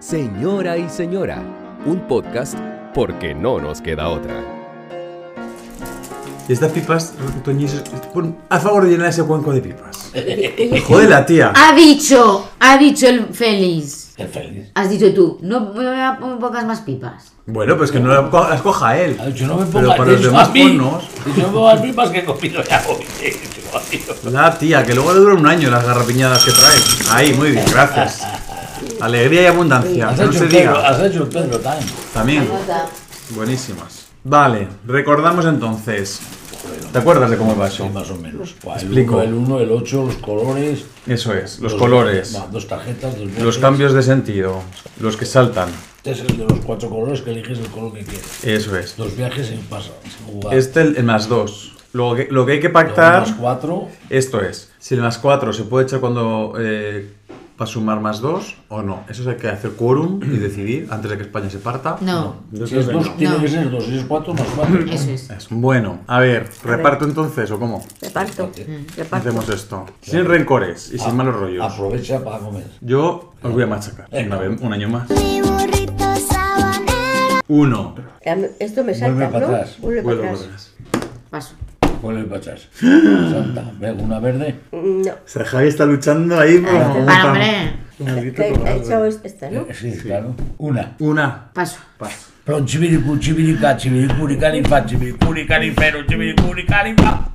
Señora y Señora, un podcast porque no nos queda otra. Estas pipas, Toñi, pon- haz favor de llenar ese cuenco de pipas. Joder, la tía. Ah. Ha dicho, ha dicho el Félix. El feliz. Has dicho tú, no me me pongas más pipas. Bueno, pues que no la co- las coja él. Yo no me pongo Pero para los demás, ponnos. Yo me pongo las pipas que he comido ya hoy. tío, tío. La tía, que luego le duran un año las garrapiñadas que traes. Ahí, muy bien, gracias. Alegría y abundancia, Has, que no hecho se el Pedro, diga. has hecho el Pedro Time. También, buenísimas. Vale, recordamos entonces. ¿Te acuerdas de cómo va Sí, eso? más o menos. Buah, El Explico. 1, el, uno, el 8, los colores. Eso es, los dos- colores, va, dos tarjetas, dos los bloques. cambios de sentido, los que saltan. Este es el de los cuatro colores que eliges el color que quieres. Eso es. Los viajes sin pasar, sin jugar. Este, el el más dos. Lo que, lo que hay que Los pactar. más cuatro. Esto es, si el más 4 se puede echar cuando eh, para sumar más 2 o no. Eso hay que hacer quórum y decidir antes de que España se parta. No, Yo Si creo es que dos, no. tiene No. que ser dos. Si es cuatro, más cuatro. eso es. Es- Bueno, a ver, ¿reparto entonces o cómo? Reparto. Reparto. Hacemos esto. Sin rencores y Ah. sin malos rollos. Aprovecha para comer. Yo os voy a machacar. Una vez, un año más. Uno. Ya me- Esto me Vuelve salta, para ¿no? atrás. Vuelve para Vuelvo para atrás. atrás. Paso. Vuelve para atrás. Salta. Ve, Una verde. No. O sea, Javi está luchando ahí. por- Para, hombre. Te- te he echado es- esta, ¿no? Sí, claro. Una. Una. Paso. Paso. Pron chibiricu, chibirica, chibiricuri, califa, chibiricuri, califero, chibiricuri, califa.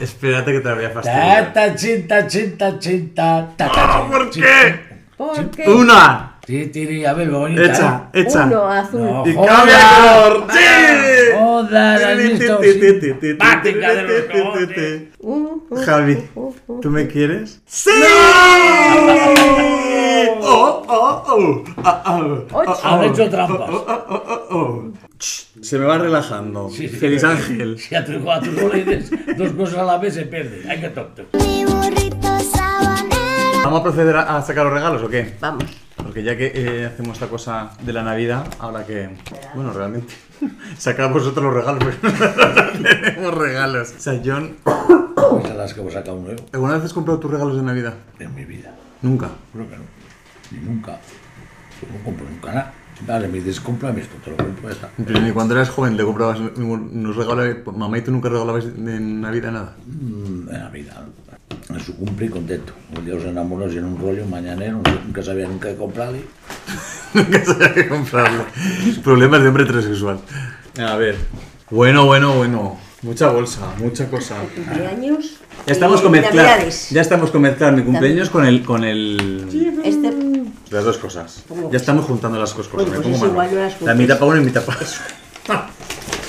Espérate que te la voy a Ta, fastidiar. ta, chin, ta, chin, ta, chin, ta, ta, ta, ¿Por chin, qué? ¿Por qué? Una. Sí, tiri, a ver, bonita. Hecha, hecha. Uno azul. No, Y joda. cambia de color. ¡Sí! Joda, la has visto, sí. Simpática de los cojones. Uh, uh, Javi, uh, uh, uh. ¿tú me quieres? ¡Sí! ¡Oh, oh, oh! Ah, ah, Ocho. Han hecho trampas. oh, oh. Shh, Se me va relajando. Feliz Ángel. Si a tu, a tu no le dices dos cosas a la vez, se pierde. Hay que tonto. ¿Vamos a proceder a, a sacar los regalos o qué? Vamos. Porque ya que eh, hacemos esta cosa de la Navidad, ahora que. Bueno, realmente. Sacad vosotros los regalos, porque no tenemos regalos. O sea, John, Pues a las que vos sacado un nuevo ¿alguna vez has comprado tus regalos de Navidad? en mi vida. Nunca. Creo que no. Ni nunca. Yo no compro nunca nada. Vale, me dices, cómprame esto, te lo compro, ya está. Pero ni cuando eras joven le comprabas ningún- nos regalaba mamá y tú nunca regalabas en Navidad nada. Mm, En la vida. En su cumple y contento. Un día os enamoráis en un rollo mañanero, nunca sabía nunca qué comprarle. Nunca sabía qué comprarlo. Problemas de hombre heterosexual. A ver. Bueno, bueno, bueno. Mucha bolsa, mucha cosa. Cumpleaños. Ya estamos con y mezclar. navidades. Ya estamos con mezclar mi cumpleaños con el con el Este, las dos cosas. Ya estamos juntando las dos cosas. Bueno, me pues pongo es malo. igual, no las la juntes. mitad para uno y mitad para otro.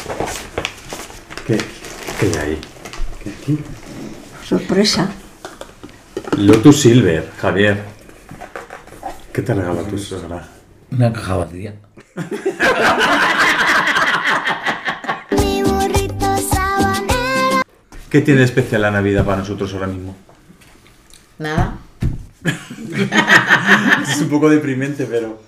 ¿Qué? ¿Qué hay ahí? ¿Qué hay aquí? sorpresa. Lotus Silver, Javier. ¿Qué te regala tu sogra? Una caja vacía. ¿Qué tiene de especial la Navidad para nosotros ahora mismo? Nada. Es un poco deprimente, pero.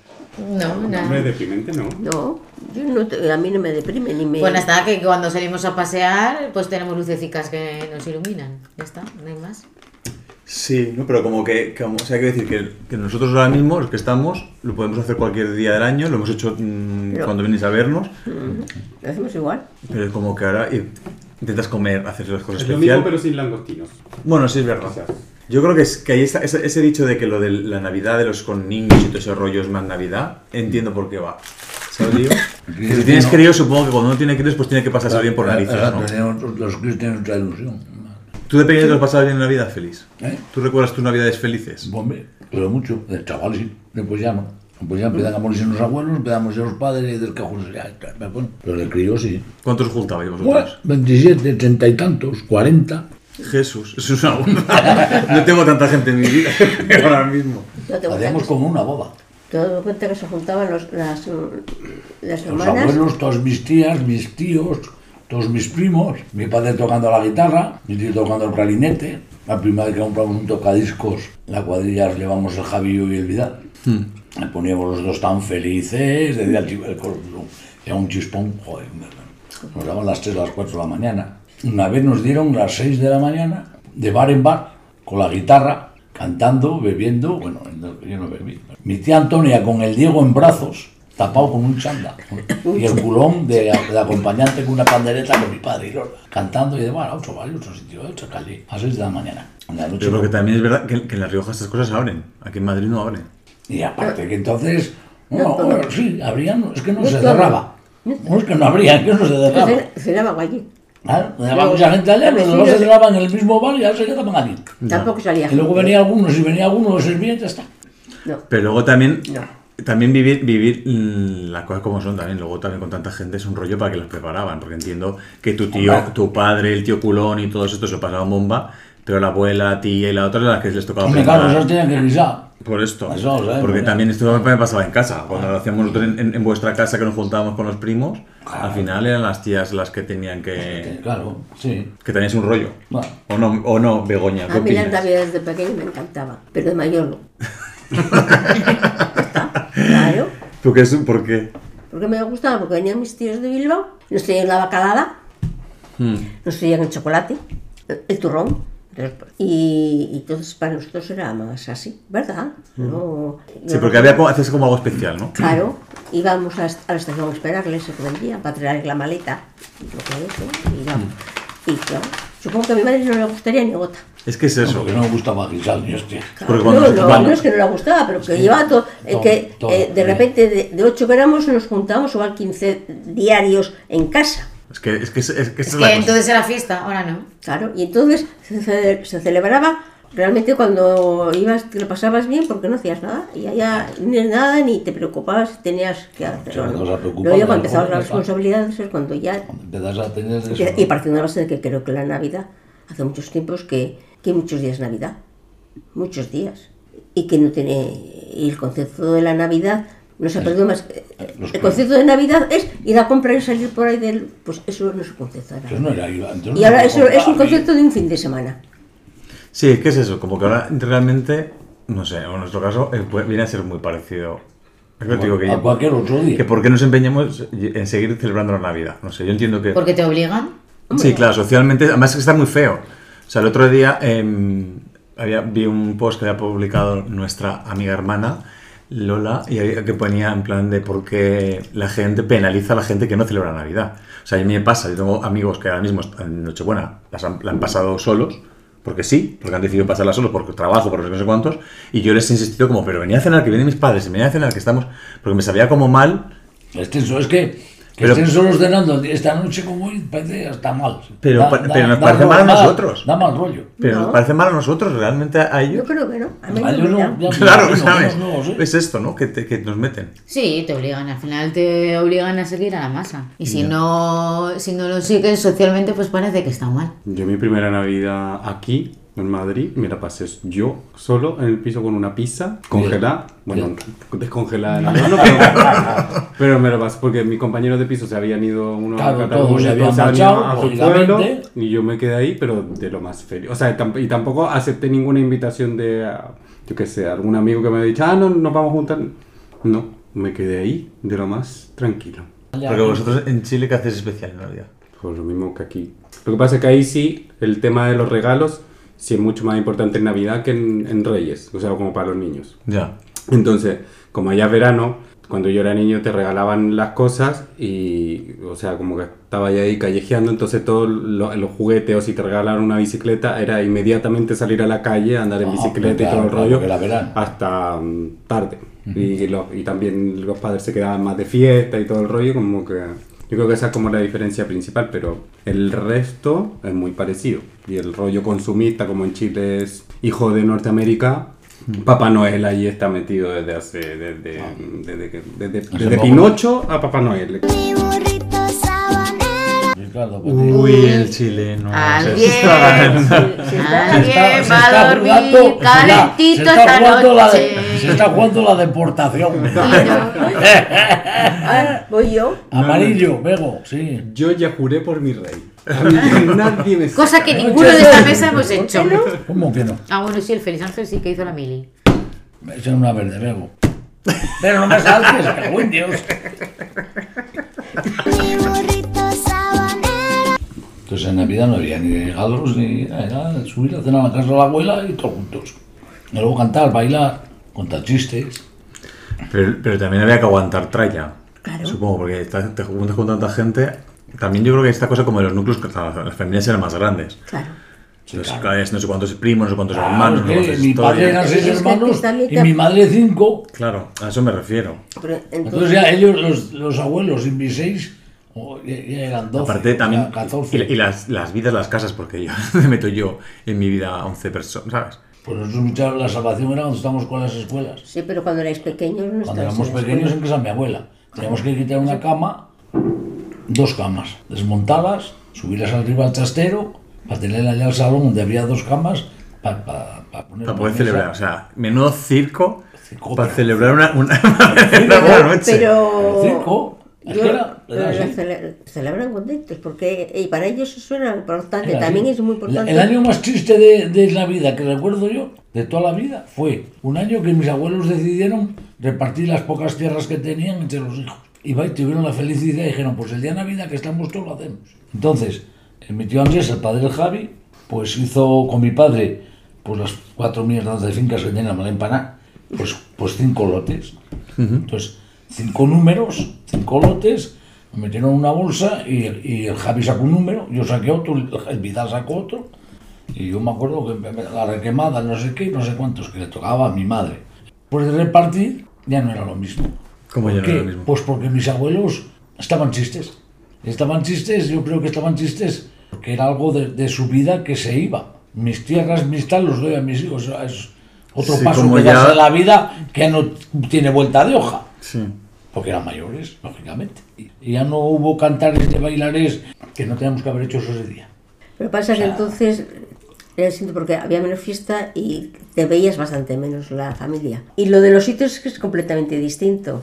No, No nada. es deprimente, ¿no? No, yo no te- a mí no me deprime ni me. Bueno, está Pues que cuando salimos a pasear, pues tenemos lucecicas que nos iluminan. Ya está, no hay más. Sí, no, pero como que. como- o sea, hay que decir que, que nosotros ahora mismo, los que estamos, lo podemos hacer cualquier día del año, lo hemos hecho mm, Pero- cuando venís a vernos, Lo hacemos igual. pero es como que ahora eh, intentas comer, hacer las cosas Es lo mismo, especial. pero sin langostinos. Bueno, sí, es verdad. O sea. Yo creo que, es, que hay esa- esa- ese dicho de que lo de la Navidad de los con niños y todo ese rollo es más Navidad, entiendo por qué va. ¿Sabes, tío? Que si tienes crío, supongo que cuando no tiene críos, pues tiene que pasarse bien por narices, Exacto, ¿no? teníamos- eh, Los críos tienen otra ilusión. ¿Tú de pequeño te lo pasabas bien en Navidad, feliz? ¿Eh? ¿Tú recuerdas tus Navidades felices? Hombre, pero mucho. De chaval sí. Después ya no. Pues ya empiezan a morirse los abuelos, empezamos ya los padres y del cajón se Bueno, pero de crío sí. ¿Cuántos juntabais Bueno, vosotros? 27, 30 y tantos, 40. Jesús, eso es una boda. No tengo tanta gente en mi vida ahora mismo. No te cuenta Hacíamos que, como una boda. te das cuenta que se juntaban los, las, mm, las Los hermanas. abuelos, todas mis tías, mis tíos, todos mis primos, mi padre tocando la guitarra, mi tío tocando el clarinete. La primera vez que compramos un tocadiscos, la cuadrilla os llevamos el Javillo y el Vidal. Le poníamos los dos tan felices, decía el chico, el coro, era un chispón, joder, me- nos daban las 3, las 4 de la mañana. Una vez nos dieron las 6 de la mañana, de bar en bar, con la guitarra, cantando, bebiendo, bueno, no- yo no bebí, Mi tía Antonia con el Diego en brazos, tapado con un chándal. Y el culón de la, de acompañante con una pandereta con mi padre y Lola, cantando y demás, a ocho varios, otro sitio, a ocho cali, a seis de la mañana. En la noche, Yo creo que también es verdad que, que en La Rioja estas cosas abren. Aquí en Madrid no abren. Y aparte que entonces, bueno, bueno, sí, habrían, es que no se cerraba. No es que no habría, es que no se cerraba. Cenaba allí. Claro, le daba mucha gente allá, los demás se cerraban en el mismo bar y ya se quedaban allí. Tampoco salía. Y luego gente. venía algunos, si venía alguno, lo servía y ya está. No. Pero luego también, No. también vivir, vivir mm, las cosas como son también. Luego también con tanta gente es un rollo para que las preparaban. Porque entiendo que tu tío, Hombre. tu padre, el tío culón y todo esto se pasaban bomba. Pero la abuela, la tía y la otra eran las que les tocaba Hombre, preparar. claro, esos tenían que guisar. Por esto. Eso lo sabemos, porque ya. también esto me pasaba en casa. Ah. Cuando lo hacíamos nosotros en, en- en vuestra casa que nos juntábamos con los primos, al final eran las tías las que tenían que. Claro, sí. Que también es un rollo. Bueno. O no, o no Begoña, ¿qué A mí la opinas? Navidad desde pequeño me encantaba, pero de mayor no. Ya está, claro. ¿Tú qué es? ¿Por qué? Porque me gustaba, porque venían mis tíos de Bilbao, nos traían la bacalada, Hmm. nos traían el chocolate, el turrón. Y, y entonces para nosotros era más así, ¿verdad? No, Hmm. Sí, no- porque había como, hacías como algo especial, ¿no? Claro, íbamos a, est- a la estación a esperarles se vendía para traer la maleta. Y lo que hizo, y, Hmm. ya. y claro, supongo que a mi madre no le gustaría ni gota. Es que es Eso, eso. que no me gustaba guisar, ni hostia. Porque no, cuando no, nos- cuando- no es que no le gustaba, pero que Sí. llevaba todo. eh, Todo, que todo, eh, de sí. repente de, de 8 gramos nos juntábamos o al 15 diarios en casa. Es que, es que, es, es que esa Es es la que cosa. entonces era fiesta, ahora no. Claro, y entonces se, ce- se celebraba realmente cuando ibas, te lo pasabas bien porque no hacías nada. Y allá ni nada, ni te preocupabas si tenías que hacerlo. no se preocupa, Luego ya pero cuando empezabas mejor las no pasa. responsabilidades es cuando ya Cuando Empezás a tener eso. Y- Y partiendo de la base de que creo que la Navidad, hace muchos tiempos que, que hay muchos días Navidad, muchos días, y que no tiene y el concepto de la Navidad, no se ha perdido más. eh, los El concepto de Navidad es ir a comprar y salir por ahí del... Pues eso no es un concepto de Entonces Navidad. no era iba- entonces Y ahora no eso es un compraba, ni- concepto de un fin de semana. Sí, es que es eso. Como que ahora realmente, no sé, en nuestro caso eh, pues, viene a ser muy parecido. Es lo que digo que A cualquier otro día. Que por qué nos empeñamos en seguir celebrando la Navidad. No sé, yo entiendo que. Porque te obligan. Sí, claro, socialmente, además es que está muy feo. O sea, el otro día em, había, vi un post que había publicado nuestra amiga hermana, Lola, y había- que ponía en plan de por qué la gente penaliza a la gente que no celebra Navidad. O sea, a mí me pasa, yo tengo amigos que ahora mismo en Nochebuena las han, la han pasado solos, porque sí, porque han decidido pasarla solos, por trabajo, por no sé cuántos, y yo les he insistido como, pero venía a cenar, que vienen mis padres, y venía a cenar, que estamos, porque me sabía como mal Es tenso, es que, que Pero- estén solos cenando esta noche como hoy, parece hasta mal. Pero pa- pero nos parece ro- mal a da- nosotros. Da mal rollo. Pero nos No. parece mal a nosotros, realmente a ellos. Yo creo que no. A mí Ah, no yo me no- da. ya- Claro, no, no, ¿sabes? Pues no, no, sí. Es esto, ¿no? Que, te- que nos meten. Sí, te obligan. Al final te obligan a seguir a la masa. Y si no, si no lo sigues socialmente, pues parece que está mal. Yo mi primera Navidad aquí, en Madrid, me la pasé yo solo en el piso con una pizza congelada. Bueno, descongelada. No, no, pero, pero me la pasé porque mis compañeros de piso se habían ido uno Claro, a todos se Cataluña, habían otros se habían ido a marchado, su pueblo lógicamente. y yo me quedé ahí, pero de lo más feliz. O sea, tam- y tampoco acepté ninguna invitación de, ah, yo qué sé, algún amigo que me había dicho, ah, no, nos vamos a juntar. No, me quedé ahí de lo más tranquilo. Porque vosotros en Chile, ¿qué hacéis especial en Navidad? Pues lo mismo que aquí. Lo que pasa es que ahí sí, el tema de los regalos sí es mucho más importante en Navidad que en, en Reyes, o sea, como para los niños. Ya. Entonces, como allá es verano, cuando yo era niño te regalaban las cosas y, o sea, como que estaba ya ahí callejeando, entonces todos lo- los juguetes o si te regalaron una bicicleta era inmediatamente salir a la calle, andar en Ah, claro, bicicleta y todo el claro, rollo que era verano. hasta mm, tarde. y, lo- y también los padres se quedaban más de fiesta y todo el rollo, como que... Yo creo que esa es como la diferencia principal, pero el resto es muy parecido. Y el rollo consumista, como en Chile es hijo de Norteamérica, Papá Noel ahí está metido desde hace... desde, desde, que- desde- desde poco. Pinocho a Papá Noel. Sí, claro, pues, Uy, el chileno. Alguien, se alguien está- va a se está dormir jugando- calentito se está esta jugando la de- se noche. está jugando la deportación. Ah, voy yo. Amarillo, vego, sí. Yo ya juré por mi rey. A mí que nadie me... Cosa que ninguno de esta mesa hemos hecho. ¿Cómo que no? Ah, bueno, sí, el Feliz Ángel sí que hizo la mili. Me echan una verde, vego. Pero no me saltes, cagüín, Dios. Entonces en Navidad no había ni regalos, ni nada, era subir a cenar a la casa de la abuela y todos juntos. Y luego cantar, bailar, contar chistes. Pero, pero también había que aguantar tralla. Claro. Supongo, porque estás- te juntas con tanta gente. También yo creo que esta cosa como de los núcleos, que la- las familias eran más grandes. Claro. Entonces, claro, es no sé cuántos primos, no sé cuántos Claro, hermanos, no sé que cuántas mi padre historias. eran seis Es que hermanos también y te- mi madre cinco. Claro, a eso me refiero. Pero Entonces ya ellos, los, los abuelos y mis seis, o- ya ya eran doce. Aparte también, ya catorce. y, y las, las vidas, las casas, porque yo me meto yo en mi vida a 11 personas, ¿sabes? Pues nosotros mucha- la salvación era cuando estábamos con las escuelas. Sí, pero cuando erais pequeños no Cuando estabais éramos en la pequeños en escuela. casa de mi abuela. Teníamos que quitar una cama, dos camas, desmontarlas, subirlas arriba al chastero, para tenerla allá al salón donde había dos camas, para, para, poner Para una poder mesa. celebrar, o sea, menudo circo Circo, para pero- celebrar una, una- una buena noche. Pero. El circo, es Yo- que era- pero era así. lo cele- celebran contentos, porque y para ellos eso era importante, Era también así. es muy importante. El año más triste de, de la vida que recuerdo yo, de toda la vida, fue un año que mis abuelos decidieron repartir las pocas tierras que tenían entre los hijos. Y va, y tuvieron la felicidad y dijeron, pues el día de Navidad que estamos todos lo hacemos. Entonces, eh, mi tío Andrés, el padre del Javi, pues hizo con mi padre pues las cuatro mierdas de fincas que tenía Malampaná, pues, pues cinco lotes. Entonces, cinco números, cinco lotes, me metieron en una bolsa y, el- y el Javi sacó un número, yo saqué otro, el- el Vidal sacó otro. Y yo me acuerdo que me- me- la requemada, no sé qué, no sé cuántos, que le tocaba a mi madre. Pues de repartir ya no era lo mismo. Como ya no ¿Qué? era lo mismo. Pues porque mis abuelos estaban chistes. Estaban chistes, yo creo que estaban chistes, porque era algo de, de su vida que se iba. Mis tierras, mis tal, los doy a mis hijos. Es otro Sí, paso como que ya- das en la vida que ya no tiene vuelta de hoja. Sí. Porque eran mayores, lógicamente. Y- Y ya no hubo cantares de bailares que no teníamos que haber hecho eso ese día. Pero pasa que entonces era distinto porque había menos fiesta y te veías bastante menos la familia. Y lo de los sitios es que es completamente distinto.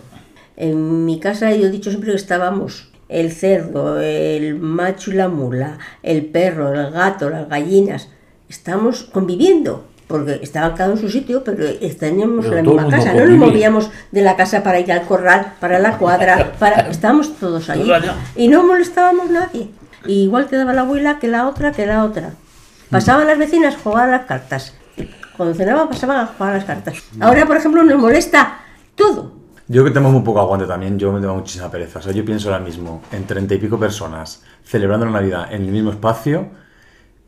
En mi casa yo he dicho siempre que estábamos el cerdo, el macho y la mula, el perro, el gato, las gallinas. Estamos conviviendo. Porque estaban cada uno en su sitio, pero teníamos Pero la todo el misma mundo casa. No nos convivía. movíamos de la casa para ir al corral, para la cuadra, para... Estábamos todos allí. Todos allá. Y no molestábamos nadie. Y igual quedaba la abuela que la otra, que la otra. Pasaban las vecinas, jugaban a las cartas. Cuando cenaban pasaban a jugar a las cartas. Ahora, por ejemplo, nos molesta todo. Yo que tengo muy poco aguante también, yo me tengo muchísima pereza. O sea, yo pienso ahora mismo en treinta y pico personas celebrando la Navidad en el mismo espacio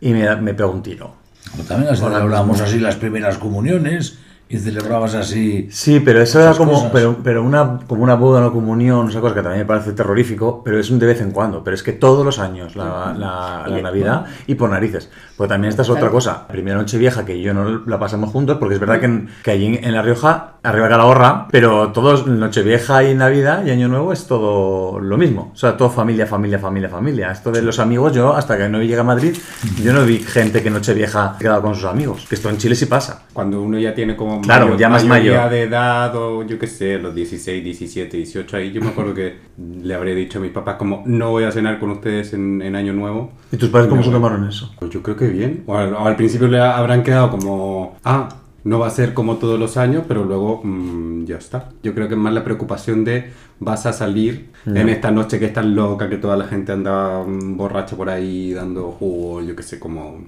y me, da- me pego un tiro. Pero Pues también las celebrábamos así las primeras comuniones y celebrabas así. Sí, pero eso era Esas como, cosas. pero, pero una, como una boda, una comunión, esa cosa que también me parece terrorífico, pero es un de vez en cuando. Pero es que todos los años la, la- la Navidad y por narices. Pues también esta es otra cosa. La primera noche vieja que yo no la pasamos juntos, porque es verdad que, en- que allí en, en La Rioja, arriba de Calahorra, pero todos noche vieja y Navidad y Año Nuevo es todo lo mismo. O sea, todo familia, familia, familia, familia. Esto de los amigos, yo hasta que no llegué a Madrid, yo no vi gente que noche vieja quedaba con sus amigos. Que esto en Chile sí pasa. Cuando uno ya tiene como Claro, ya más mayoría mayor. de edad o yo qué sé, los 16, 17, 18, ahí yo me acuerdo que le habré dicho a mis papás como no voy a cenar con ustedes en, en Año Nuevo. ¿Y tus padres cómo Mi se abuelo- tomaron eso? Pues yo creo que bien. O al, o al principio le habrán quedado como, ah, no va a ser como todos los años, pero luego mm, ya está. Yo creo que es más la preocupación de vas a salir en esta noche que es tan loca, que toda la gente anda mm, borracha por ahí dando jugo, yo qué sé, como...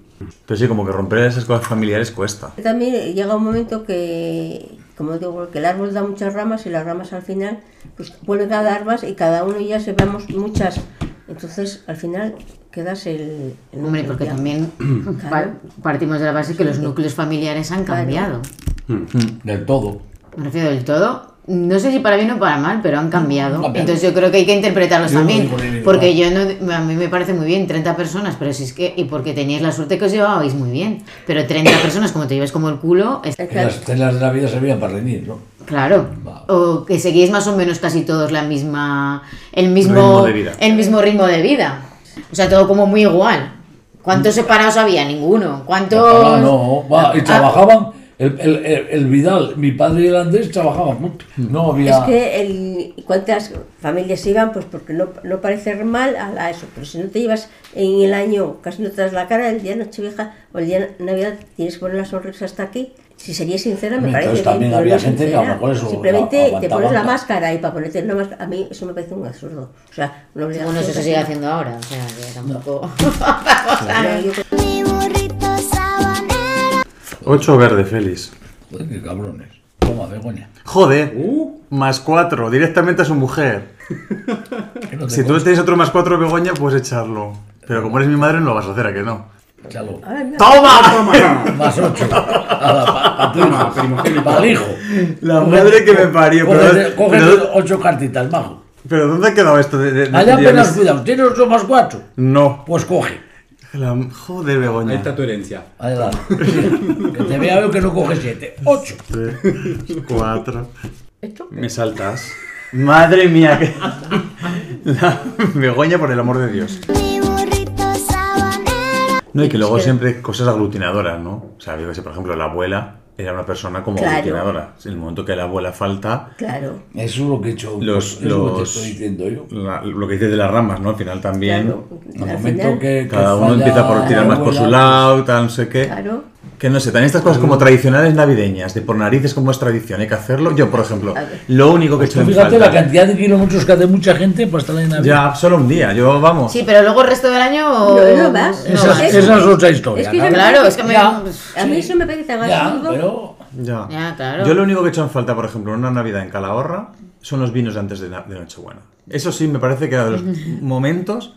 Pero sí, como que romper esas cosas familiares cuesta. También llega un momento que, como digo, que el árbol da muchas ramas y las ramas al final, pues vuelven a dar más y cada uno ya se vemos muchas. Entonces, al final quedas el... el Hombre, porque ya. también par- partimos de la base que los núcleos familiares han Claro. cambiado. Del todo. Me refiero del todo. No sé si para bien o para mal, pero han cambiado. Cambiado. Entonces yo creo que hay que interpretarlos Yo no también. digo ni ni Porque yo no, a mí me parece muy bien 30 personas, pero si es que y porque teníais la suerte que os llevabais muy bien. Pero 30 personas como te lleves como el culo, es- Que las telas de la vida servían para reñir, ¿no? claro. O que seguís más o menos casi todos la misma el mismo Ritmo de vida. el mismo ritmo de vida. O sea, todo como muy igual. ¿Cuántos separados había? Ninguno. ¿Cuántos Mm. Ah, no, va, y trabajaban. El, el, el, el Vidal, mi padre y el Andrés trabajaban juntos. Mm. No había. Es que el, cuántas familias iban, pues porque no, no parece mal a la eso, pero si no te ibas en el año, casi no te das la cara, el día de Nochevieja o el día de Navidad tienes que poner la sonrisa hasta aquí. Si sería sincera, me Entonces parece también bien, pero había no es gente que a lo sincera. mejor eso la- Simplemente te aguantaban pones la la- máscara y para ponerte una máscara, a mí eso me parece un absurdo. O sea, una Bueno, eso se obligación sigue casi. haciendo ahora, o sea, que tampoco. No, yo creo- Mi burrito sabanero. Ocho verde, Félix. Joder, qué cabrones. Toma, Begoña. Joder. Uh. Más cuatro, directamente a su mujer. Que no te Si tú consta. tienes otro más cuatro, Begoña, puedes echarlo. Pero como eres mi madre, no lo vas a hacer, ¿a que no? Échalo. Ahora, mira, ¡Toma! Más ocho. Para Toma, primogénito. el hijo. La madre que me parió, pero- Cógete, cógete pero- ocho cartitas, majo. ¿Pero dónde ha quedado esto de...? de- de- Allá de- apenas cuidado. ¿Tienes ocho más cuatro? No. Pues coge. La- Joder, Ahí Begoña. está tu herencia. Adelante. Que te vea veo que no coge siete. Ocho. Cuatro. esto. Me saltas. Madre mía, que... La- Begoña, por el amor de Dios. Mi burrito sabanero. No, y que luego siempre hay cosas aglutinadoras, ¿no? O sea, yo que sé, por ejemplo, la abuela era una persona como Claro. aglutinadora. En el momento que la abuela falta, Claro. Eso es lo que he hecho. los... es lo que te los- estoy diciendo yo. la- lo que dices de las ramas, ¿no? Al final también... Claro. En el Al momento final, que, que Cada uno falla empieza por tirar la más por su abuela, pues. lado, tal, no sé qué. Claro. Que no sé, también estas cosas como tradicionales navideñas, de por narices como es tradición, hay que hacerlo. Yo, por ejemplo, A ver. lo único que he hecho Pues Tú en fíjate la falta... cantidad de kilómetros que hace mucha gente para estar en Navidad. Ya, solo un día, yo, vamos... Sí, pero luego el resto del año. No, no vas. no Esa, vas. es- esa es otra historia. es que ¿no? yo- Claro, es que me. Ya. A mí eso me parece que hagas Ya, algo. pero Ya. Ya, claro. Yo lo único que he hecho en falta, por ejemplo, en una Navidad en Calahorra, son los vinos antes de, na- de Nochebuena. Eso sí, me parece que era de los momentos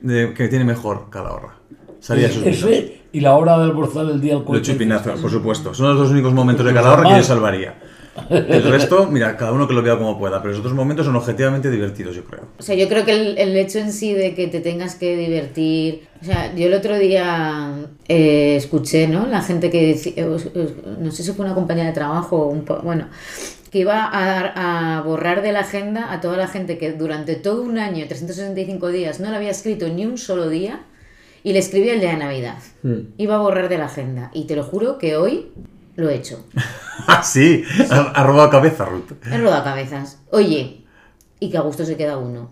de- que tiene mejor Calahorra. Salía sus vinos. ese y la hora de almorzar el día al Los coche. chupinazos, por supuesto. Son los dos únicos momentos de Calahorra que yo Normal. salvaría. El resto, mira, cada uno que lo vea como pueda, pero los otros momentos son objetivamente divertidos, yo creo. O sea, yo creo que el, el hecho en sí de que te tengas que divertir. O sea, yo el otro día eh, escuché, ¿no? La gente que deci- eh, os- os- no sé si fue una compañía de trabajo o un po- bueno, que iba a, dar- a borrar de la agenda a toda la gente que durante todo un año, 365 días, no le había escrito ni un solo día y le escribía el día de Navidad. Iba a borrar de la agenda. Y te lo juro que hoy lo he hecho. ¡Ah, sí! Ha, ha robado cabeza, Ruth. He rodado cabezas. Oye, y que a gusto se queda uno.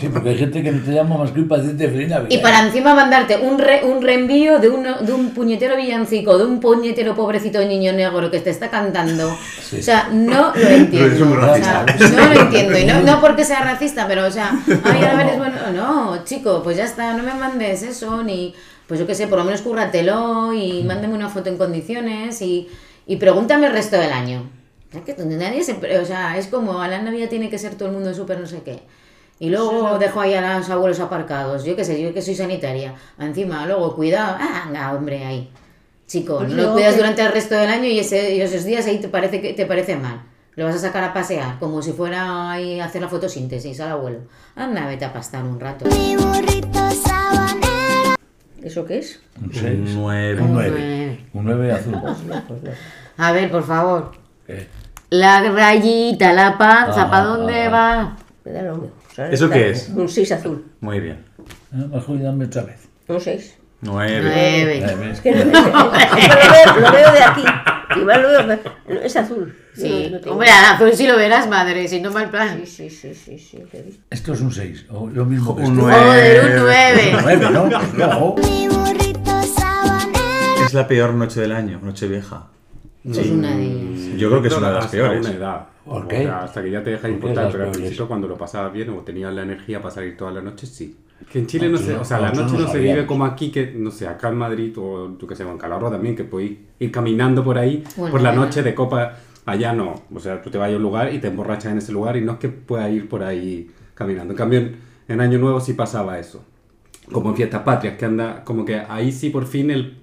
Sí, porque hay gente que no te llama más que un paciente feliz Navidad. Y para encima mandarte un, re- un reenvío de, uno- de un puñetero villancico, de un puñetero pobrecito niño negro que te está cantando. O sea, no lo Eres entiendo. un O sea, racista. no lo entiendo. Y no, no porque sea racista, pero o sea, ay, ahora eres bueno. No, chico, pues ya está, no me mandes eso, ni. Pues yo qué sé, por lo menos cúrratelo y mándame una foto en condiciones y, y pregúntame el resto del año. Es que donde nadie se. pre- O sea, es como a la Navidad tiene que ser todo el mundo súper no sé qué. Y luego dejo ahí a los abuelos aparcados. Yo qué sé, yo que soy sanitaria. Encima, luego, cuidado. Ah, venga, hombre, ahí. Chico, Pues no lo yo cuidas que- durante el resto del año y, ese- y esos días ahí te parece, que, te parece mal. Lo vas a sacar a pasear, como si fuera ahí a hacer la fotosíntesis al abuelo. Anda, vete a pastar un rato. Mi burrito sabanero. ¿Eso qué es? Un seis, Un un nueve. nueve. Un nueve azul. Ah, A ver, por favor. ¿Qué? La rayita, la panza, Ah, ¿para dónde ah, va? Me da lo mismo. O sea, ¿Eso está- qué es? Un 6 azul. Muy bien. Ah, Mejor dame otra vez. Un 6. Nueve. Nueve. Nueve. Es que no, lo, veo, lo veo de aquí. Y más lo veo. no, Es azul. Sí, No, no tengo- hombre, azul si lo verás, madre, si no mal plan. Sí, sí, sí, sí, sí. lo he visto. Esto es un 6. O lo mismo que Un esto. Joder, un Un 9. nueve, ¿no? Pues claro. Mi burrito sabanero. Es la peor noche del año, noche vieja. Eso es una de ellas. Yo creo que es una de las Hasta peores. una edad. ¿Por O qué? sea, Hasta que ya te deja de ¿Por qué importar, las pero al peores? principio cuando lo pasabas bien o tenías la energía para salir toda la noche, sí. Que en Chile no, Nosotros se, no- o sea, la nosotros noche no no se vive sabíamos. como aquí, que no sé, acá en Madrid o yo que sé, en Calahorra también, que podéis ir caminando por ahí Bueno, por la bueno. noche de copa. Allá no, o sea, tú te vas a un lugar y te emborrachas en ese lugar y no es que puedas ir por ahí caminando. En cambio, en, en Año Nuevo sí pasaba eso como en fiestas patrias, que anda, como que ahí sí por fin el,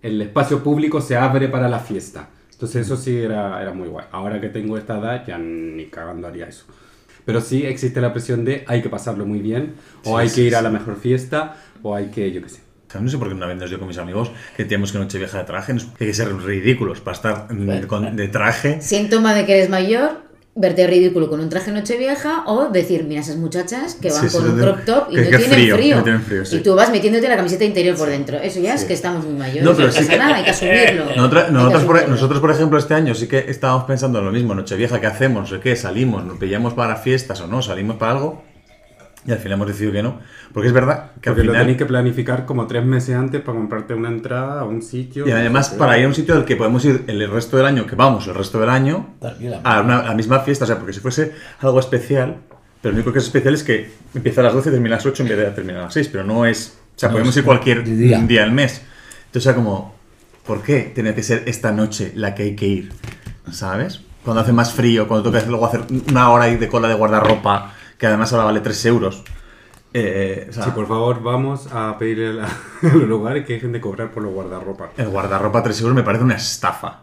el espacio público se abre para la fiesta. Entonces eso sí era, era muy guay. Ahora que tengo esta edad ya ni cagando haría eso. Pero sí existe la presión de hay que pasarlo muy bien, o Sí, hay sí, que ir a sí. la mejor fiesta, o hay que, yo qué sé. O sea, no sé por qué una vez nos dio con mis amigos que teníamos que noche vieja de traje. nos- que Hay que ser ridículos para estar mm, con- de traje. Síntoma de que eres mayor, verte ridículo con un traje nochevieja o decir, mira esas muchachas que van Sí, sí, con no un tienen- crop top y que- no, que tienen frío, frío, no tienen frío, sí. Y tú vas metiéndote la camiseta interior por dentro. Eso ya es Sí. que estamos muy mayores. No, pero pasa sí que- nada, hay que asumirlo. Nosotros, Hay que nosotros, por, e- asumirlo. nosotros, por ejemplo, este año sí que estábamos pensando en lo mismo, Nochevieja, ¿qué hacemos? No sé qué, salimos, nos pillamos para fiestas o no, salimos para algo. Y al final hemos decidido que no. Porque es verdad que Porque al lo final... tenés que planificar como tres meses antes para comprarte una entrada a un sitio. Y además para ir a un sitio al que podemos ir el resto del año, que vamos el resto del año, Tranquila. a una- a la misma fiesta, o sea, porque si fuese algo especial, pero lo único que es especial es que empieza a las 12 y termina a las 8 en vez de terminar a las 6, pero no es... O sea, podemos ir cualquier día. día al mes. Entonces, o sea, como... ¿Por qué tiene que ser esta noche la que hay que ir? ¿Sabes? Cuando hace más frío, cuando toca luego hacer una hora ahí de cola de guardarropa, que además ahora vale 3 euros. Eh, o sea, Sí, por favor, vamos a pedirle a, la- a los lugares que dejen de cobrar por los guardarropa. el guardarropa 3 euros me parece una estafa.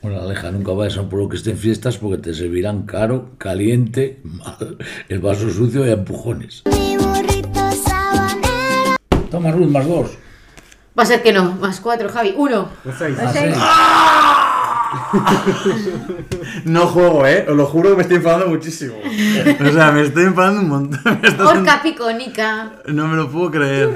Bueno, Aleja, nunca vayas a un pueblo que esté en fiestas porque te servirán caro, caliente, mal, el vaso sucio y a empujones. mi burrito sabanero, Toma, Ruth, más dos. Va a ser que no, más cuatro, Javi. Uno. Más seis. Ah, No juego, ¿eh? Os lo juro que me estoy enfadando muchísimo. O sea, me estoy enfadando un montón. Me está haciendo- Orca piconica. No me lo puedo creer.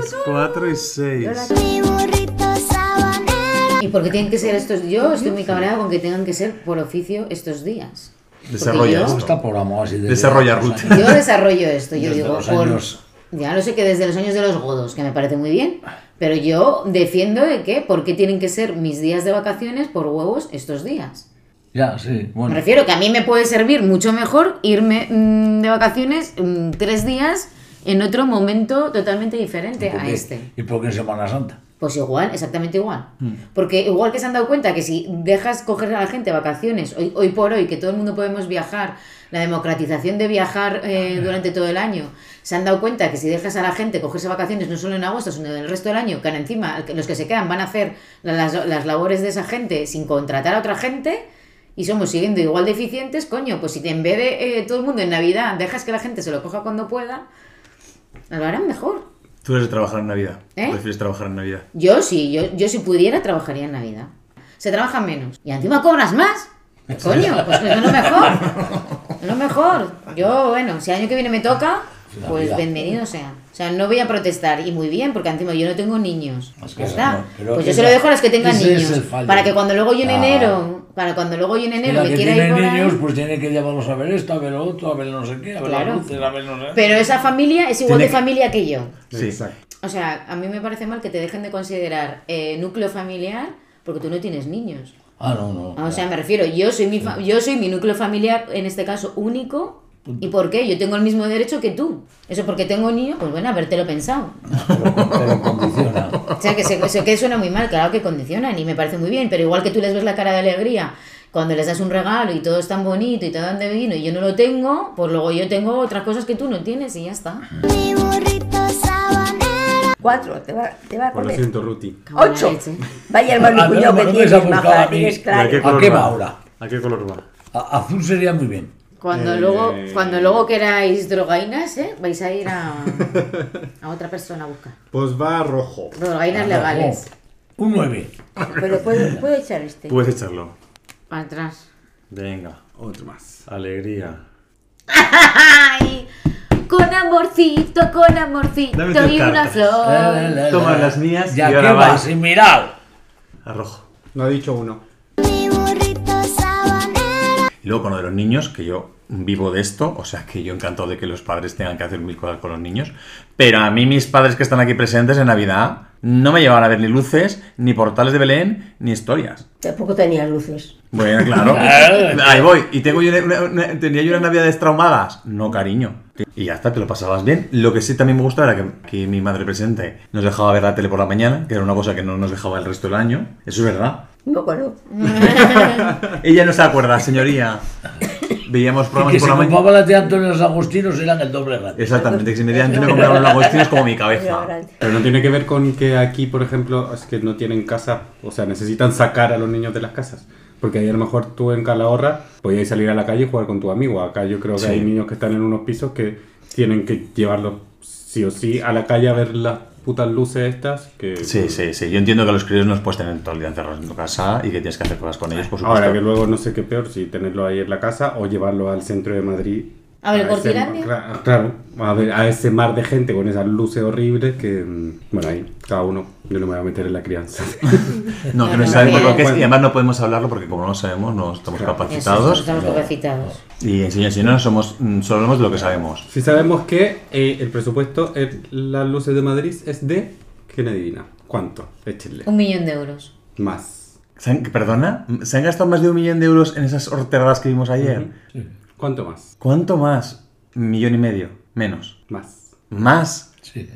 Es 4 y 6. mi burrito sabanero, ¿Y por qué tienen que ser estos? Yo estoy muy cabreada con que tengan que ser por oficio estos días. Desarrolla Porque ¿Cómo yo- esto. está programado así? desde Desarrolla, hace Ruth. años? Yo desarrollo esto, yo Desde digo, los por- años- ya no sé que desde los años de los godos, que me parece muy bien, pero yo defiendo de que por qué tienen que ser mis días de vacaciones por huevos estos días. Ya, sí. Me Bueno, refiero que a mí me puede servir mucho mejor irme mm, de vacaciones mm, tres días en otro momento totalmente diferente ¿por a qué? este. ¿Y por qué en Semana Santa? Pues igual, exactamente igual. Porque igual que se han dado cuenta que si dejas coger a la gente vacaciones, hoy, hoy por hoy, que todo el mundo podemos viajar, la democratización de viajar eh, durante todo el año, se han dado cuenta que si dejas a la gente cogerse vacaciones no solo en agosto, sino en el resto del año, que ahora encima los que se quedan van a hacer la- las, las labores de esa gente sin contratar a otra gente. Y somos siguiendo igual de eficientes, coño, pues si te- en vez de eh, todo el mundo en Navidad dejas que la gente se lo coja cuando pueda, lo harán mejor. Tú eres de trabajar en Navidad. ¿Eh? Prefieres trabajar en Navidad. Yo sí, yo, yo si pudiera trabajaría en Navidad. Se trabaja menos. Y encima cobras más. Coño, pues es lo mejor. Es lo mejor. Yo, bueno, si el año que viene me toca, pues Navidad. bienvenido sea. O sea, no voy a protestar. Y muy bien, porque encima yo no tengo niños. Las Ya cosas está. no, pero pues yo esa- se lo dejo a los que tengan ese es niños. el fallo. Para que cuando luego yo en Ah. enero, para cuando luego yo en Y enero la me que quiera ir tiene por ahí- niños, pues tiene que llevarlos a ver esto, a ver lo otro, a ver no sé qué, a ver Claro. las luces, a ver no sé Pero esa familia es igual Tiene de que- familia que yo. Sí. Exacto. O sea, a mí me parece mal que te dejen de considerar eh, núcleo familiar porque tú no tienes niños. Ah, no, no. Ah, O sea, claro. me refiero, yo soy mi fa- yo soy mi núcleo familiar, en este caso único. ¿Y por qué? Yo tengo el mismo derecho que tú. Eso porque tengo un niño, pues bueno, habértelo pensado. Pero, pero condiciona. O sea, que, se, eso que suena muy mal, claro que condicionan y me parece muy bien, pero igual que tú les ves la cara de alegría cuando les das un regalo y todo es tan bonito y todo tan divino y yo no lo tengo, pues luego yo tengo otras cosas que tú no tienes y ya está. mi burrito sabanero, Cuatro, te va, te va a Por lo comer. siento, Ruti. Cago en la Ocho. leche. Vaya el A ver, manicuño Ah, no que me tienes, has buscado maja, a mí. tienes ¿A qué claro. color qué va va ahora? ¿A qué color va? A- azul sería muy bien. Cuando Eh. luego cuando luego queráis drogainas, ¿eh? vais a ir a, a otra persona a buscar. Pues va a rojo. Drogainas legales. Oh, un 9. Pero puedo, puedo echar este. Pues- Puedes echarlo. Oh. Para atrás. Venga. Otro más. Alegría. Ay, con amorcito, con amorcito Dame tus y una cartas. flor. Toma las mías Ya y que ahora vas, vas. y mirad. A rojo. No ha dicho uno. mi burrito sabanero, Y luego con lo de los niños, que yo vivo de esto, o sea que yo encantado de que los padres tengan que hacer mil cosas con los niños, pero a mí mis padres que están aquí presentes en Navidad no me llevan a ver ni luces, ni portales de Belén, ni historias. Tampoco tenía luces. Bueno, Pues, claro. Ahí voy. ¿Y tengo yo una- una- tenía yo unas navidades traumadas? No, cariño. Y ya está, te lo pasabas bien. Lo que sí también me gustaba era que, que mi madre presente nos dejaba ver la tele por la mañana, que era una cosa que no nos dejaba el resto del año. Eso es verdad. No me acuerdo. Ella no se acuerda, señoría. Veíamos que programas se por la mañana. compraba la tía Antonio los Agustinos eran el doble grande. Exactamente, que si me dieran no compraron los agostinos como mi cabeza. Pero no tiene que ver con que aquí, por ejemplo, es que no tienen casa, o sea, necesitan sacar a los niños de las casas. Porque ahí a lo mejor tú en Calahorra podías salir a la calle y jugar con tu amigo. Acá yo creo que Sí. hay niños que están en unos pisos que tienen que llevarlos sí o sí a la calle a ver las putas luces estas. Que, Sí, sí, sí. Yo entiendo que a los críos no los puedes tener todo el día encerrados en tu casa y que tienes que hacer cosas con ellos, por supuesto. Ahora que luego no sé qué peor, si tenerlo ahí en la casa o llevarlo al centro de Madrid. A ver, ese- Cortilandia. ra- Claro, a ver, a ese mar de gente con esas luces horribles que. mm, Bueno, ahí, cada uno. Yo no me voy a meter en la crianza. No, que no Bueno, sabemos bien. lo que es y además no podemos hablarlo porque como no lo sabemos no estamos Eso, capacitados Estamos capacitados. y enseña si no somos mm, solo somos lo que sabemos. Si sabemos que eh, el presupuesto en las luces de Madrid es de. ¿Quién adivina? ¿Cuánto? Échenle. Un millón de euros. Más. ¿Se han- perdona, ¿se han gastado más de un millón de euros en esas horteradas que vimos ayer? ¿Cuánto más? ¿Cuánto más? Un millón y medio, menos. Más. Más. Sí.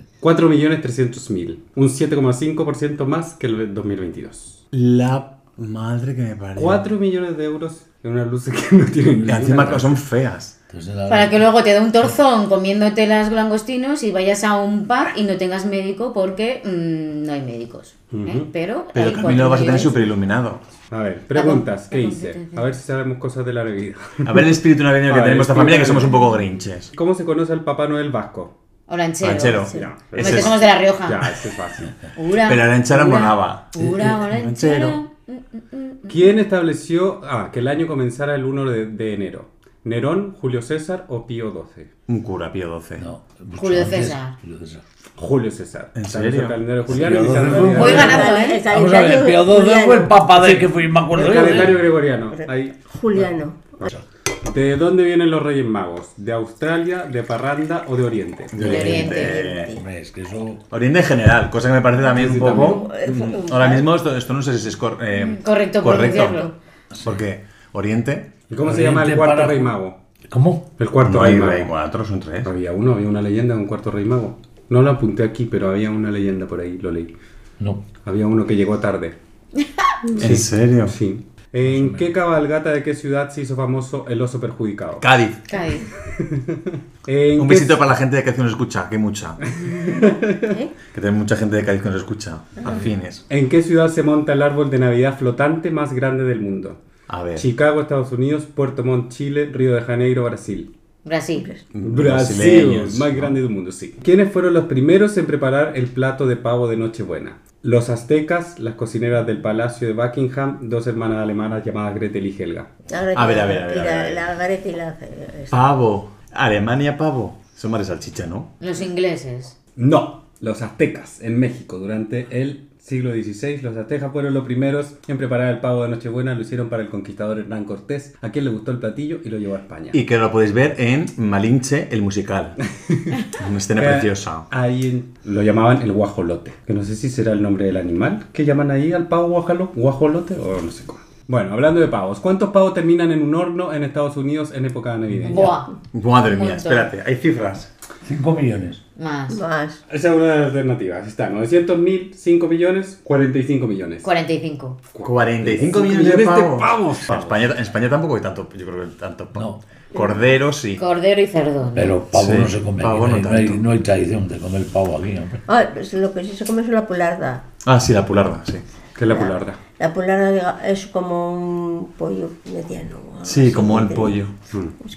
4.300.000, un 7,5% más que el 2022. La madre que me parió. 4 millones de euros en unas luces que no tienen Y encima que son feas. Entonces, la- Para que luego te dé un torzón comiéndote las langostinos y vayas a un pub y no tengas médico porque mm, no hay médicos. ¿eh? Pero, Pero hay Camilo lo vas a tener cuatro súper iluminado. A ver, preguntas, ¿qué La hice? competencia. A ver si sabemos cosas de la bebida. A ver el espíritu navideño que A ver, tenemos esta espíritu familia, que somos un poco navideño. grinches. ¿Cómo se conoce al Papá Noel vasco? millones. Olanchero. Olanchero. sí. Ya, Hombre, ese que es- somos de La Rioja. Ya, eso es fácil. Ura, Pero Olanchero ura, monaba. Ura, Eh, Olanchero. Olanchero. Mm, mm, mm. ¿Quién estableció ah, que el año comenzara el 1 de, de enero? ¿Nerón, Julio César o Pío XII? Un cura, Pío XII. No, mucho Julio antes, César. Julio César. Julio César. ¿En Estableció serio? El calendario juliano y Pío XII fue el un calendario- Voy el ganando, ¿eh? Vamos a ver, Pío XII fue el papa de que fui, me acuerdo yo. calendario ¿eh? gregoriano. Ahí. Juliano. ¿De dónde vienen los Reyes Magos? ¿De Australia, de Parranda o de Oriente? De Oriente. Hombre, es que eso... Oriente en general, cosa que me parece también un Sí, poco. Eh, mm, Ahora mismo esto, esto no sé si es cor- eh, Mm, Correcto pronunciarlo. Porque Oriente. ¿Y cómo se llama el Oriente, cuarto para- Rey Mago? ¿Cómo? El cuarto no Rey hay Mago. rey cuatro, son tres. Había uno, había una leyenda de un cuarto Rey Mago. No lo apunté aquí, pero había una leyenda por ahí, lo leí. No. Había uno que llegó tarde. ¿En serio? Sí. ¿En qué cabalgata de qué ciudad se hizo famoso el oso perjudicado? Cádiz. Cádiz. ¿En Un qué- besito para la gente de Cádiz que nos escucha, que hay mucha. ¿Eh? Que tiene mucha gente de Cádiz que nos escucha. Afines. ¿En qué ciudad se monta el árbol de Navidad flotante más grande del mundo? A ver. Chicago, Estados Unidos, Puerto Montt, Chile, Río de Janeiro, Brasil. Brasil. Brasil, Brasileños. más grande del mundo, sí. ¿Quiénes fueron los primeros en preparar el plato de pavo de Nochebuena? Los aztecas, las cocineras del Palacio de Buckingham, dos hermanas alemanas llamadas Gretel y Helga. A ver, a ver, a ver, a ver. La gareta y la. eh, Pavo. Alemania, pavo. Son mares salchicha, ¿no? Los ingleses. No, los aztecas en México durante el siglo XVI, los aztecas fueron los primeros en preparar el pavo de Nochebuena, lo hicieron para el conquistador Hernán Cortés, a quien le gustó el platillo y lo llevó a España. Y que lo podéis ver en Malinche, el musical. Una escena Que preciosa. Eh, Ahí en- lo llamaban el guajolote, que no sé si será el nombre del animal que llaman ahí al pavo guajalo, guajolote o no sé cómo. Bueno, hablando de pavos, ¿cuántos pavos terminan en un horno en Estados Unidos en época navideña? Buah. Madre mía, Montón. espérate, hay cifras. 5 millones. Más. Más. Esa es una de las alternativas. Está 900 mil, 5 millones, 45 millones. 45. 45 millones de pavos. En, España, en España tampoco hay tanto, yo creo que tanto pavo. Cordero sí. Cordero y cerdo. Pero pavo Sí, no se come pavo aquí, no no, hay, tanto. no hay tradición de comer pavo aquí, hombre. Ah, pues lo que sí se come es la pularda. Ah, sí, la pularda, sí. Que es la pularda. La pularda diga, es como un pollo mediano. o algo Sí, así, como el pero pollo. Es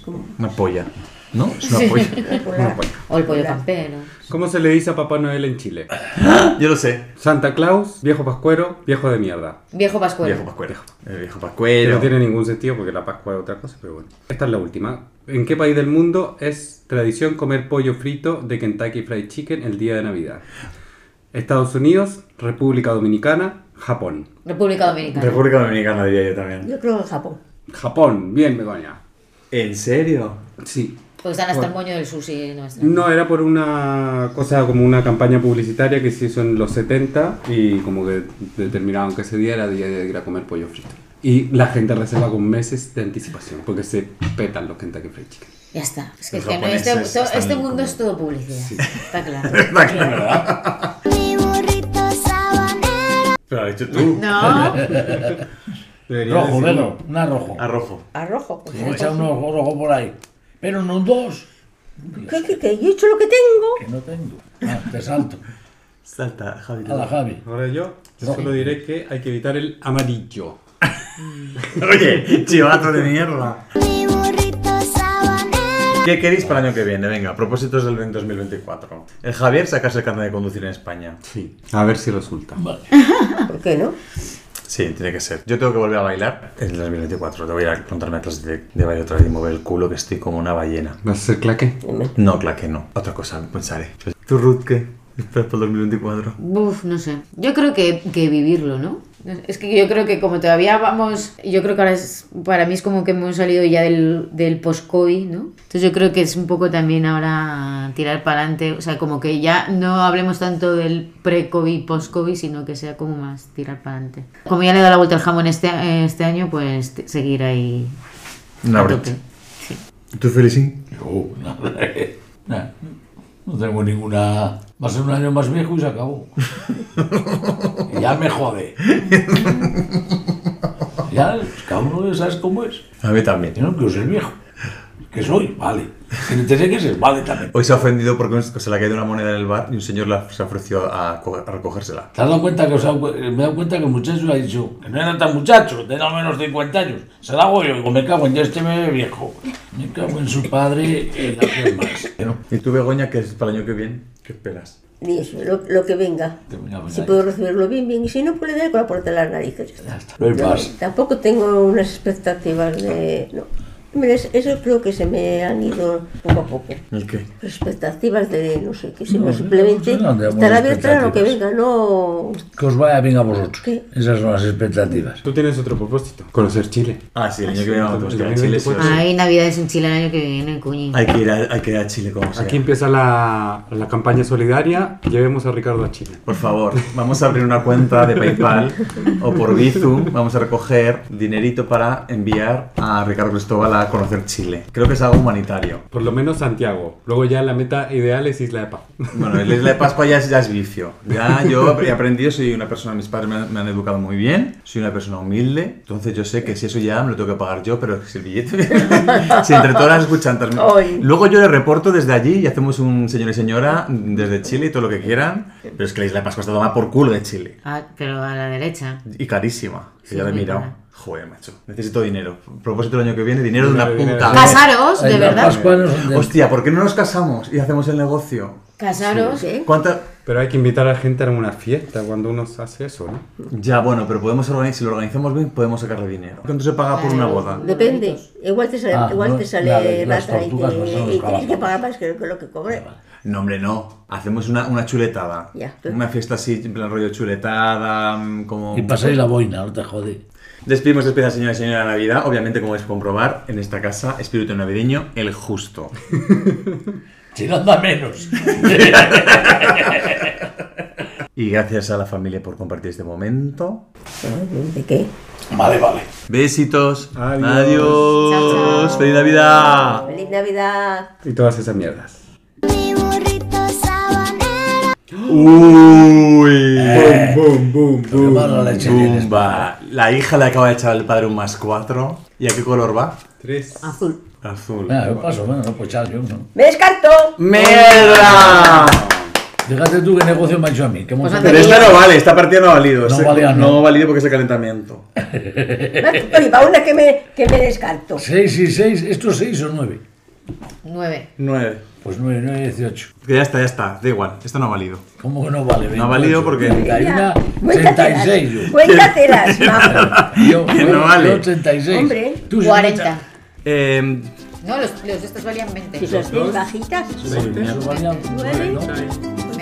como. Una polla. ¿No? Es una polla. Una polla. O el pollo campero. ¿Cómo se le dice a Papá Noel en Chile? Yo lo sé. Santa Claus, viejo pascuero, viejo de mierda. Viejo Pascual. Viejo pascuero. El viejo Que pascuero. no tiene ningún sentido porque la Pascua es otra cosa, pero bueno. Esta es la última. ¿En qué país del mundo es tradición comer pollo frito de Kentucky Fried Chicken el día de Navidad? Estados Unidos, República Dominicana, Japón. República Dominicana. República Dominicana diría yo también. Yo creo que en Japón. Japón, bien, Begoña. ¿En serio? Sí. Pues están hasta el moño del sushi. No, Este. está. No, era por una cosa como una campaña publicitaria que se hizo en los 70 y como que determinaban que ese día era día de ir a comer pollo frito. Y la gente reserva con meses de anticipación porque se petan los Kentucky Fried Chicken. Ya está. Es que, Los es que no, este, japoneses to- están este mundo como- es todo publicidad. Está claro. Está claro. Mi burrito sabanero, Pero lo has dicho tú. No. Debería Rojo, decirlo. velo, una rojo. A rojo. A rojo, pues. Echa un ojo rojo por ahí. Pero no dos, ¿Qué, qué, qué? Yo he hecho lo que tengo. que no tengo. Ah, te salto. Salta, Javi. A la Javi. Ahora yo, yo Rojo. solo diré que hay que evitar el amarillo. Oye, chivato de mierda. mi burrito sabanero, ¿Qué queréis para el año que viene? Venga, propósitos del 2024. El Javier sacarse el carnet de conducir en España. Sí. A ver si resulta. Vale. Ah. ¿Por qué no? Sí, tiene que ser. Yo tengo que volver a bailar en el 2024. Te voy a apuntarme a clases de, de baile otra vez y mover el culo que estoy como una ballena. ¿Vas a hacer claque? No, claro que no. Otra cosa, pensaré. ¿Tú, Ruth, qué? ¿Esperas para el 2024? Buf, no sé. Yo creo que, que vivirlo, ¿no? Es que yo creo que como todavía vamos, yo creo que ahora es, para mí es como que hemos salido ya del, del post-COVID, ¿no? Entonces yo creo que es un poco también ahora tirar para adelante, o sea, como que ya no hablemos tanto del pre-COVID, post-COVID, sino que sea como más tirar para adelante. Como ya le he dado la vuelta al jamón este, este año, pues te- seguir ahí. Una a brecha. tope. ¿Tú, Felicín? Yo, nada. Nada. eh. No tengo ninguna. Va a ser un año más viejo y se acabó. Y ya me jode. Ya, cada uno sabes cómo es. A mí también. Yo no quiero ser viejo. ¿Qué soy? Vale. Que no te sé qué es, vale también. Hoy se ha ofendido porque un- se le ha caído una moneda en el bar y un señor la- se ofreció a, co- a recogérsela. ¿Te has dado cuenta que os ha- me he dado cuenta que el muchacho ha dicho que no era tan muchacho, tenía al menos 50 años? Se la hago yo, digo, me cago en ya este bebé viejo. Me cago en su padre y la que más. Pero, ¿Y tú, Begoña, que es para el año que viene? ¿Qué esperas? Dios, lo, lo que venga. Te voy a ver Si ahí. puedo recibirlo bien, bien. Y si no, pues le daré con la puerta de las narices. Ya ya está. está, no hay Yo más. tampoco tengo unas expectativas de... No. Mira, es- eso creo que se me han ido poco a poco. ¿El qué? Las expectativas de no sé qué, sino No, simplemente no sé dónde vamos estar de abierta a lo que expectativas. venga, no... Que os vaya bien a vosotros. Sí. Esas son las expectativas. Tú tienes otro propósito, conocer Chile. Ah, sí, el año que viene vamos a ir a el Chile. Pues sí o sí. 2024. Ay, Navidades en Chile el año que viene, cuñi. Hay que ir a, hay que ir a Chile como sea. Aquí empieza la, la campaña solidaria, llevemos a Ricardo a Chile. Por favor, vamos a abrir una cuenta de PayPal o por Bizum. Vamos a recoger dinerito para enviar a Ricardo Cristóbal a conocer Chile. Creo que es algo humanitario. Por lo menos Santiago. Luego ya la meta ideal es Isla de Paz. Bueno, el Isla de Pascua ya es, ya es vicio. Ya yo he aprendido, soy una persona, mis padres me han, me han educado muy bien, soy una persona humilde, entonces yo sé que si eso ya me lo tengo que pagar yo, pero si el billete... si entre todas las escuchantas... me- Ay. Luego yo le reporto desde allí y hacemos un señor y señora desde Chile y todo lo que quieran, pero es que la Isla de Pascua está tomada por culo de Chile. Ah, pero a la derecha. Y carísima. Que Sí, ya la he muy mirado. cara. Joder, macho. Necesito dinero. Propósito del año que viene, dinero de una Dinero, puta. dinero. vez. Casaros, Ahí de la verdad. Pascua nos- de- Hostia, ¿por qué no nos casamos y hacemos el negocio? Casaros. ¿Qué? ¿Cuánta? Pero hay que invitar a la gente a una fiesta cuando uno hace eso, ¿no? Ya, bueno, pero podemos organizar, si lo organizamos bien, podemos sacarle dinero. ¿Cuánto se paga por una boda? Depende, igual te sale, Ah, igual no, te sale la de las barata y, tortugas no son te, los y tienes que calamares. pagar más que lo que, lo que cobré. No, hombre, no. Hacemos una, una chuletada. Ya. Una fiesta así, en plan rollo chuletada, mm, como... Y E pasáis la boina, no te jode. Despedimos despedida, señora y señora de Navidad. Obviamente, como podéis comprobar, en esta casa, espíritu navideño, el justo. Si no anda menos. Y gracias a la familia por compartir este momento. ¿De qué? vale, vale. Besitos. Adiós. Adiós. Chao, chao. Feliz Navidad. ¡Feliz Navidad! Y todas esas mierdas. Mi burrito sabanero. Uy. Boom, boom, boom. Tomar la leche tienes. Bumba. La hija le acaba de echar al padre un más cuatro. ¿Y a qué color va? Tres. Azul. Azul. Venga, yo paso, bueno, no pues ya, yo no. ¡Me descarto! ¡Mierda! Fíjate tú qué negocio me ha hecho a mí. que hemos- Pues antes- Pero esta no vale, esta partida no ha valido. No Ese- valía, no. ha valido porque es el calentamiento. Oye, para una que me, que me descarto. Seis y seis, ¿estos seis o nueve? Nueve. Nueve. Pues nueve, nueve, dieciocho. Que Ya está, ya está. Da igual, esto no ha valido. ¿Cómo que no vale? No ha valido 28, porque- 31, pues Cuéntatelas, 36. yo. cuéntatelas, vamos. Yo, Que no vale. yo 86. Hombre, Tú 40. Eh, No, los, los de estos valían 20. Si son bien bajitas, 60. Eso valía nueve, ¿no?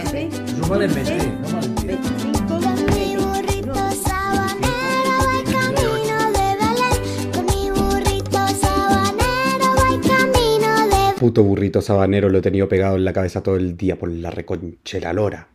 ¿20? Eso vale 20, no vale 10. Mi burrito sabanero va camino de Belén. Con mi burrito sabanero va camino de Puto burrito sabanero lo he tenido pegado en la cabeza todo el día por la reconchera lora.